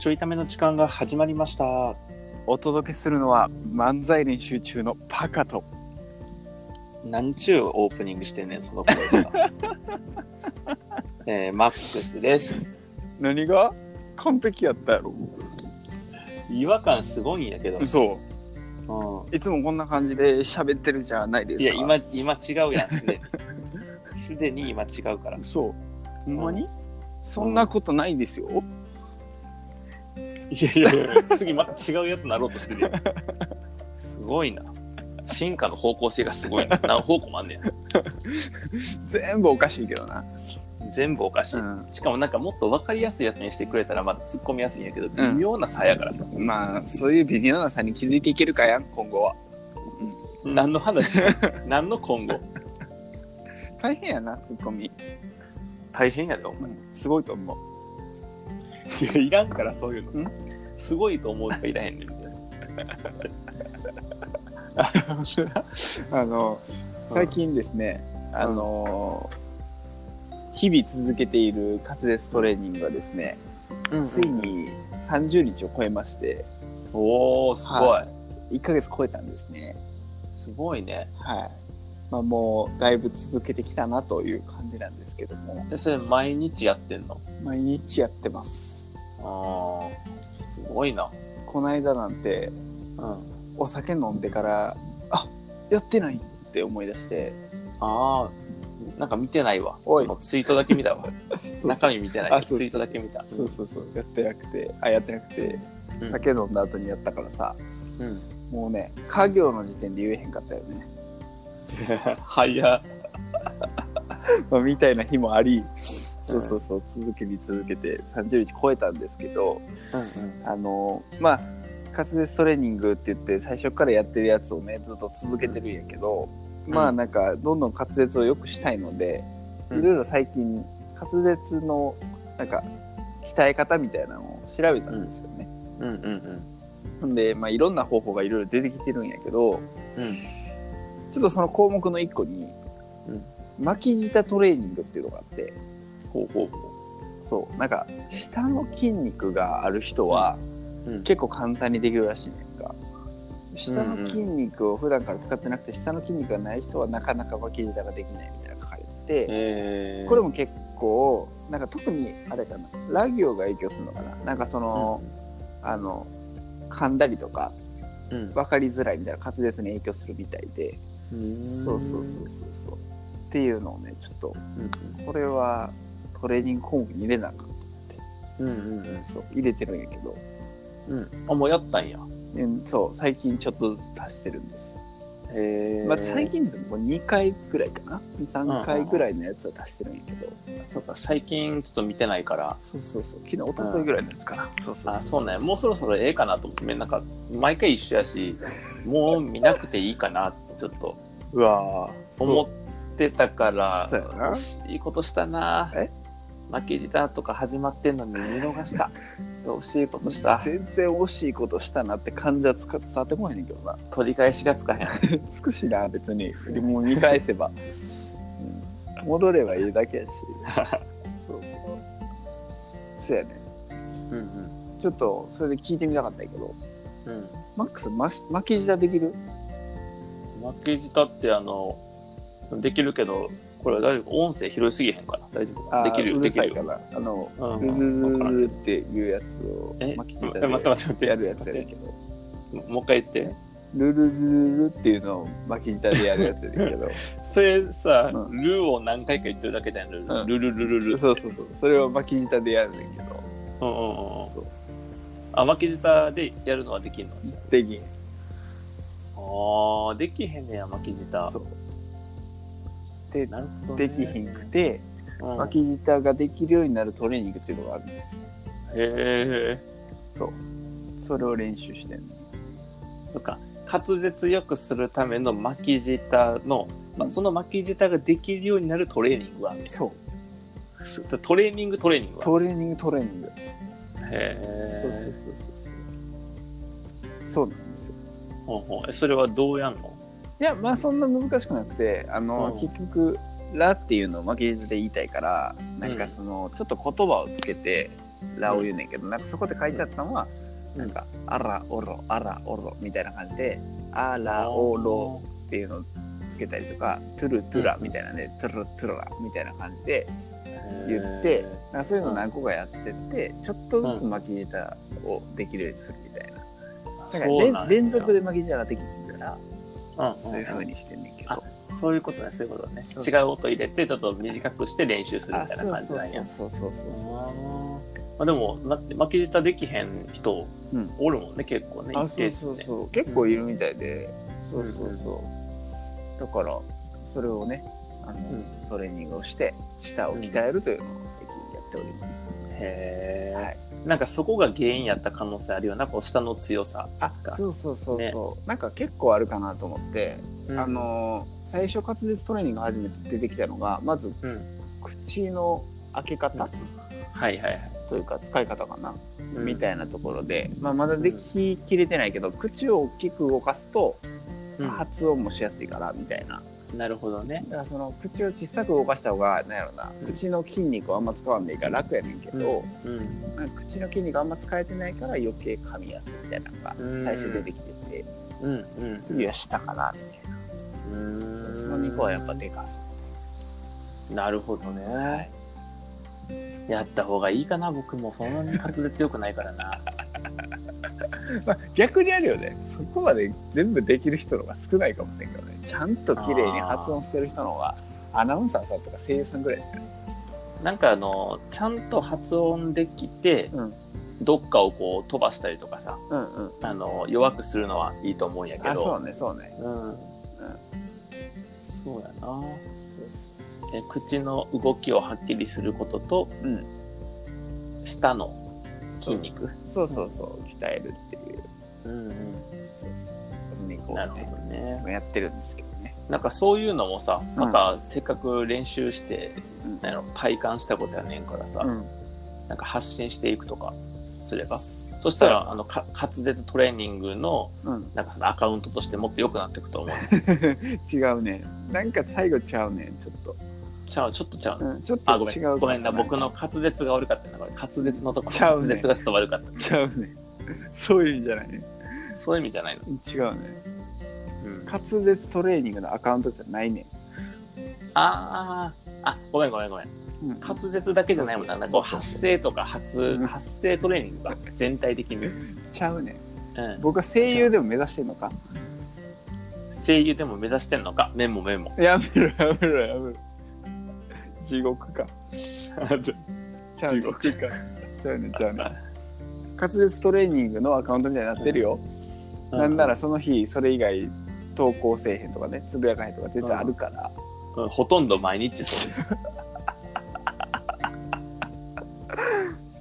ちょいための時間が始まりました。お届けするのは漫才練習中のパカとなんちゅうオープニングしてんねん、その声 さ。えー、マックスです。何が完璧やったやろ違和感すごいんやけど。嘘ういつもこんな感じで喋ってるじゃないでん、いすや、か今、今違うやん、すで に。すでに今違うから。嘘ほんまに、そんなことないですよいやいやいや、次また違うやつになろうとしてるやん。すごいな。進化の方向性がすごいな。 何方向もあんねん。全部おかしいけどな、全部おかしい。うしかもなんかもっと分かりやすいやつにしてくれたらまだ突っ込みやすいんやけど、ん微妙な差やからさ。ん、まあそういう微妙な差に気づいていけるかやん今後は何の話何の今後大変やなツッコミ、大変やで、お前。すごいと思ういや、いらんから、そういうのさん。すごいと思うとかいらへんねんみたいな。あの最近ですね、あの日々続けている滑舌トレーニングがですね、ついに30日を超えましておー、すごいは。1ヶ月超えたんですねすごいね。はいまあもうだいぶ続けてきたなという感じなんですけどもで、それ毎日やってんの毎日やってますあー、すごいな。この間なんてうん。お酒飲んでからあやってないって思い出してあー、なんか見てないわ。おそいのツイートだけ見たわ。そう中身見てないあけそど、うツイートだけ見た。そうそうそうやってなくてあやってなくてうん酒飲んだ後にやったからさ、うん。もうね家業の時点で言えへんかったよね、 はいや。まあ、みたいな日もありそうそうそう続けに続けて30日超えたんですけどうんあのまあ滑舌トレーニングって言って最初からやってるやつをねずっと続けてるんやけど、うんまあなんかどんどん滑舌を良くしたいので、うんいろいろ最近滑舌のなんか鍛え方みたいなのを調べたんですよね。うん。うんうんん、で、まあ、いろんな方法がいろいろ出てきてるんやけどうん。うん。ちょっとその項目の一個に、巻き舌トレーニングっていうのがあってほうほうほそうなんか舌の筋肉がある人はう。うん。結構簡単にできるらしいねんか下の筋肉を普段から使ってなくて下の筋肉がない人はなかなか脇舌ができないみたいなの書かれてて、えー。これも結構なんか特にあれかなラ行が影響するのかななんかその、あの噛んだりとかうん、分かりづらいみたいな滑舌に影響するみたいで、うん。そうそうそうそうそうっていうのをねちょっとうん。これはトレーニング項目に入れなあかんうんうんうんそう入れてるんやけど、うん、あもうやったんやうん、そう最近ちょっとずつ足してるんですよへえまあ、最近でも2回ぐらいかな23回ぐらいのやつは足してるんやけど、そうか最近ちょっと見てないからそうそうそう昨日一昨日ぐらいのやつかな、そうそうあそうねもうそろそろええかなと思ってめんなんか毎回一緒やしもう見なくていいかなってちょっとうわ思ってたからそうそうやな惜しいことしたなえ負けじたとか始まってんのに見逃した惜しいことした全然惜しいことしたなって感じは使伝わってこないねんけど な取り返しがつかへん美しいな別に振りも見返せ ば、うん戻ればいいだけやしそうそうそうやねうんちょっとそれで聞いてみたかったんやけどうんうんマックスまし巻き舌できる負け舌ってあのできるけどこれは大丈夫音声拾いすぎへんかな大丈夫かなできるようでるきさるいよかなあのうルんルわからルんルルっていうやつをえ巻き待っ舌てで待って待ってやるやつやねんけどもう一回言ってルルルルルっていうのを巻き舌でやるやつやねんけどそれさ、うルーを何回か言ってるだけじゃんルー、うんルル ルルルそうそうそうそれを巻き舌でやるねんけうどんうんうんうんそうあ巻き舌でやるのはできんのできんあーできへんねや巻き舌そうでなるほど、ね、できひんくてうん、巻き舌ができるようになるトレーニングっていうのがあるんですへえそうそれを練習してんのそっか滑舌よくするための巻き舌の、まあ、その巻き舌ができるようになるトレーニングはあるんですよそうトレーニングトレーニングはトレーニングトレーニングそうそうへえそうそうそうなんですよほうほうえそれはどうやんのいやまあそんな難しくなくてあの、うん結局「ら」っていうのを負けずで言いたいからなんかその、ちょっと言葉をつけてらを言うねんけど、なんかそこで書いてあったのは、うんなんか、あらおろ、あらおろみたいな感じで、あらおろっていうのをつけたりとか、トゥルトゥラみたいなね、トゥルトゥラみたいな感じで、言ってなんかそういうの何個かやってって、ちょっとずつ巻き舌をできるようにするみたいな。そうななんんかや連連続で巻き舌ができるから、うんそういう風にしてんねんけど。あそういうことねそういうことねそう違う音入れてちょっと短くして練習するみたいな感じなんやそうそうそうそうそう。まあ、でもだって巻き舌できへん人うんおるもんね結構ねあ一そ定う数そうねそう結構いるみたいで、うんそうそうそうだからそれをねあの、うんトレーニングをして舌を鍛えるというのを最近やっております、へえ、はいなんかそこが原因やった可能性あるよなこう舌の強さ、あそうそうそうそう、なんか結構あるかなと思って、あの最初滑舌トレーニング初めて出てきたのがまずうん口の開け方はいはいはい、というか使い方かな、うんみたいなところで、まあ、まだでききれてないけど口を大きく動かすとう発音もしやすいからみたいな、んなるほどねだからその口を小さく動かした方がなんやろなうん口の筋肉をあんま使わんでいいから楽やねんけど、うんなんか口の筋肉あんま使えてないから余計噛みやすいみたいなのがうん最初出てきてて、うんうん次は下かなみたいな、うんその2個はやっぱでかなるほどね、はいやった方がいいかな僕もそんなに滑舌良くないからなそう、 まあ、逆にあるよねそこまで全部できる人の方が少ないかもしれんけどねちゃんと綺麗に発音してる人の方がアナウンサーさんとか声優さんぐらいだよねなんかあのちゃんと発音できてうんどっかをこう飛ばしたりとかさうんうんあの弱くするのはいいと思うんやけあどそうねそうねうんそうやなそうそうえ口の動きをはっきりすることとそううん舌の筋肉そうそうそう鍛えるっていううんうんそうそうその2個をなるねほどねやってるんですけどね。なんかそういうのもさんまたせっかく練習して、うんなんやろ体感したことやねんからさ、なんか発信していくとかすればそしたらあのか滑舌トレーニングのうん、なんかそのアカウントとしてもっと良くなっていくと思う違うね。なんか最後ちゃうね。ちょっと。ちゃうちょっとちゃう、うん、ちょっあとごめ違んうかごめんな僕。の滑舌が悪かったなこれ滑舌のところ滑舌がちょっと悪かった、ちゃうね。そういう意味じゃないね。そういう意味じゃないの、違うね。うん滑舌トレーニングのアカウントじゃないね。あーあごめんごめんごめんうん滑舌だけじゃないもんななんかこう発声とか発うん発声トレーニングが全体的に、うちゃうね。ん、僕は声優でも目指してんのか声優でも目指してんのかメモメ モやめろやめろやめろ。地獄か。ちゃうね。地獄か。ちゃうねちゃうね。滑舌トレーニングのアカウントみたいになってるよ。なんならその日それ以外投稿せえへんとかねつぶやかへんとか全然あるから、うんほとんど毎日そう です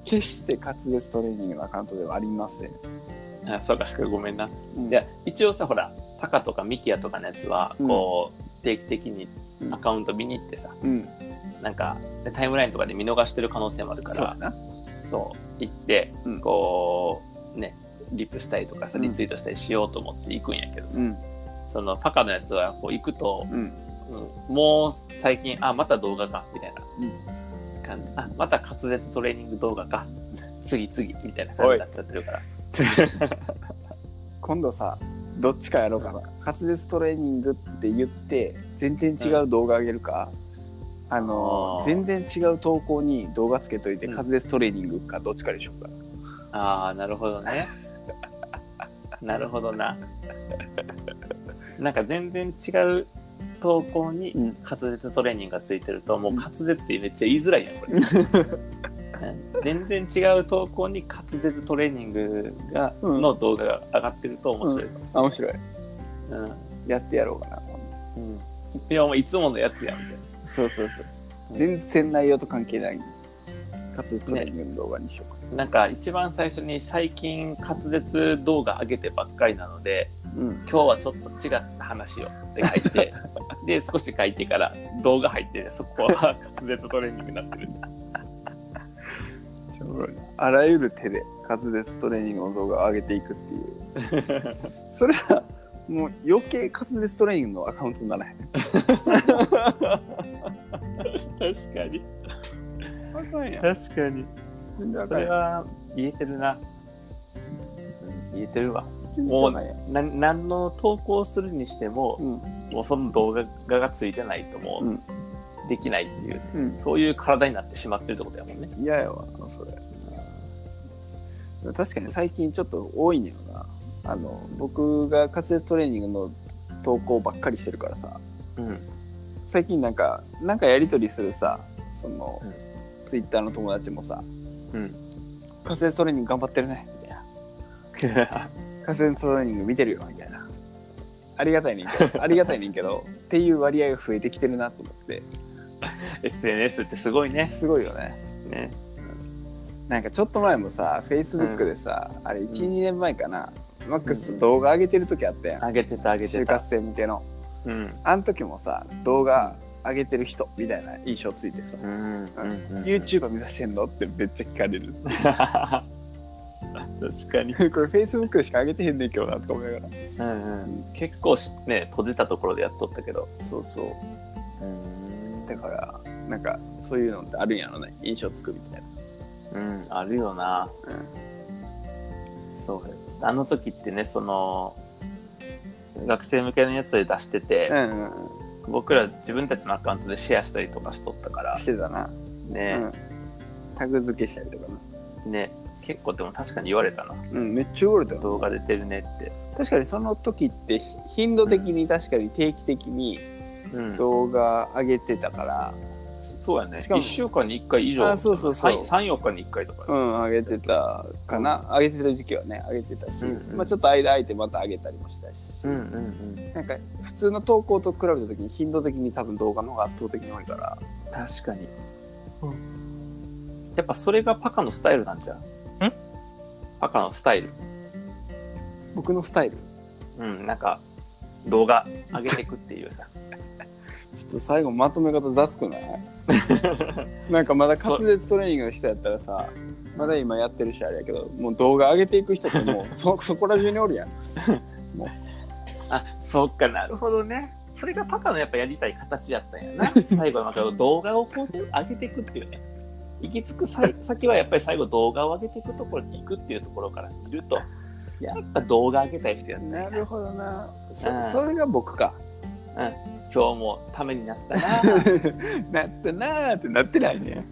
決して滑舌トレーニングのアカウントではありません、あそうかそうかごめんなうんいや一応さほらタカとかミキヤとかのやつはこう、定期的にアカウント見に行ってさうんなんかでタイムラインとかで見逃してる可能性もあるかそうやらなそう行って、うんこうねリプしたりとかさうんリツイートしたりしようと思って行くんやけどさ、うんそのパカのやつはこう行くと、うんうんもう最近あまた動画かみたいな感じ、あまた滑舌トレーニング動画か 次次みたいな感じになっちゃってるから 今度さどっちかやろうかな、滑舌トレーニングって言って全然違う動画あげるか、あのあー全然違う投稿に動画つけといてうん滑舌トレーニングかどっちかでしょうか、ああなるほどねなるほどななんか全然違う投稿にうん滑舌トレーニングがついてるともううん滑舌ってめっちゃ言いづらいやんこれうん全然違う投稿に滑舌トレーニングがうんの動画が上がってると面白いかもしあ面白いれない、うんやってやろうかなうんいやもういつものやつやんみたいなそうそうそううん全然内容と関係ない滑舌トレーニングの動画にしようか、なんか一番最初に最近滑舌動画上げてばっかりなのでうん今日はちょっと違った話をって書い てで少し書いてから動画入ってそこは滑舌トレーニングになってるあらゆる手で滑舌トレーニングの動画を上げていくっていう それはもう余計滑舌トレーニングのアカウントにならへん確かにあかんや確かに全然わそかれる。は言えてるな。言えてるわ。全然わかる。な何の投稿するにしても、もうその動画がついてないともううできないっていう、うん。そういう体になってしまってるってことやもんね。嫌やわそれ確かに最近ちょっと多いねんよなあの僕が滑舌トレーニングの投稿ばっかりしてるからさうん。最近なんかなんかやり取りするさその、うんツイッターの友達もさうん。 「滑舌トレーニング頑張ってるね」みたいな「滑舌トレーニング見てるよ」みたいなありがたいねんけ どありがたいねんけどっていう割合が増えてきてるなと思って SNS ってすごいね。すごいよねねなんかちょっと前もさ Facebook でさ、あれ12、年前かなマックス動画上げてる時あったやん上げてた上げて就た。活生向けのうん。あの時もさ動画上げてる人みたいな印象ついてさ、うん。 YouTuber 目指してんのってめっちゃ聞かれる 確かに。 これ Facebook でしか上げてへんねんけどなとか思いながらうんうん、結構しね、閉じたところでやっとったけど。そうそううんだからなんかそういうのってあるんやろね印象つくみたいうなん、あるよな。そう。あの時ってね、その、学生向けのやつで出してて、うんうんうんう僕ら自分たちのアカウントでシェアしたりとかしとったからん、してたな、ね、うん、タグ付けしたりとかなね、結構でも確かに言われたな。うんめっちゃ言われたよ動画出てるねって。確かにその時って頻度的に確かに定期的にうん、動画上げてたからそうやね。しかも1週間に1回以上。あそうそうそう3、4日に1回とうか。ん、上げてたかな、上げてた時期はね上げてたし、うんうんまあ、ちょっと間空いてまた上げたりもしたし、うんうん。なんか普通の投稿と比べた時に頻度的に多分動画の方が圧倒的に多いから確かに。やっぱそれがパカのスタイルなんじゃん。んパカのスタイル。僕のスタイルうん、なんか、動画上げてくっていうさ。ちょっと最後まとめ方雑くない なんかまだ滑舌トレーニングの人やったらさまだ今やってるしあれやけどもう動画上げていく人って もうそそこら中におるやんあ、そっかなるほどね。それがパカのやっぱやりたい形やったんや な。最後はなんか動画をこう上げていくっていうね。行き着くさい先はやっぱり最後動画を上げていくところに行くっていうところから見ると、やっぱ動画上げたい人やったんやなるほどなそうんそれが僕か今日もためになった な。 なったなーってなってないね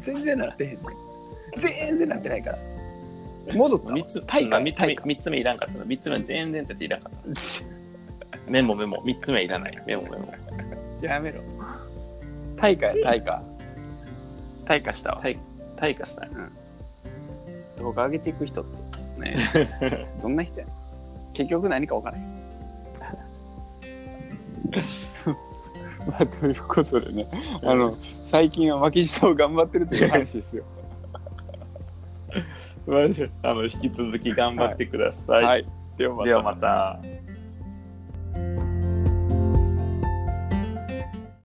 全然なってへんね全然なってないから戻った三つ、体体育三つ目、三つ目いらんかったな。三つ目全然だっていらんか った。メモメモ、三つ目いらない。メモメモ。やめろ大化や大化退化したわ。退退化した。動画上げていく人ってね どんな人や結局何か分からへんまあということでねあの最近は巻き舌を頑張ってるという話ですよあの、引き続き頑張ってください。ではまたではまた。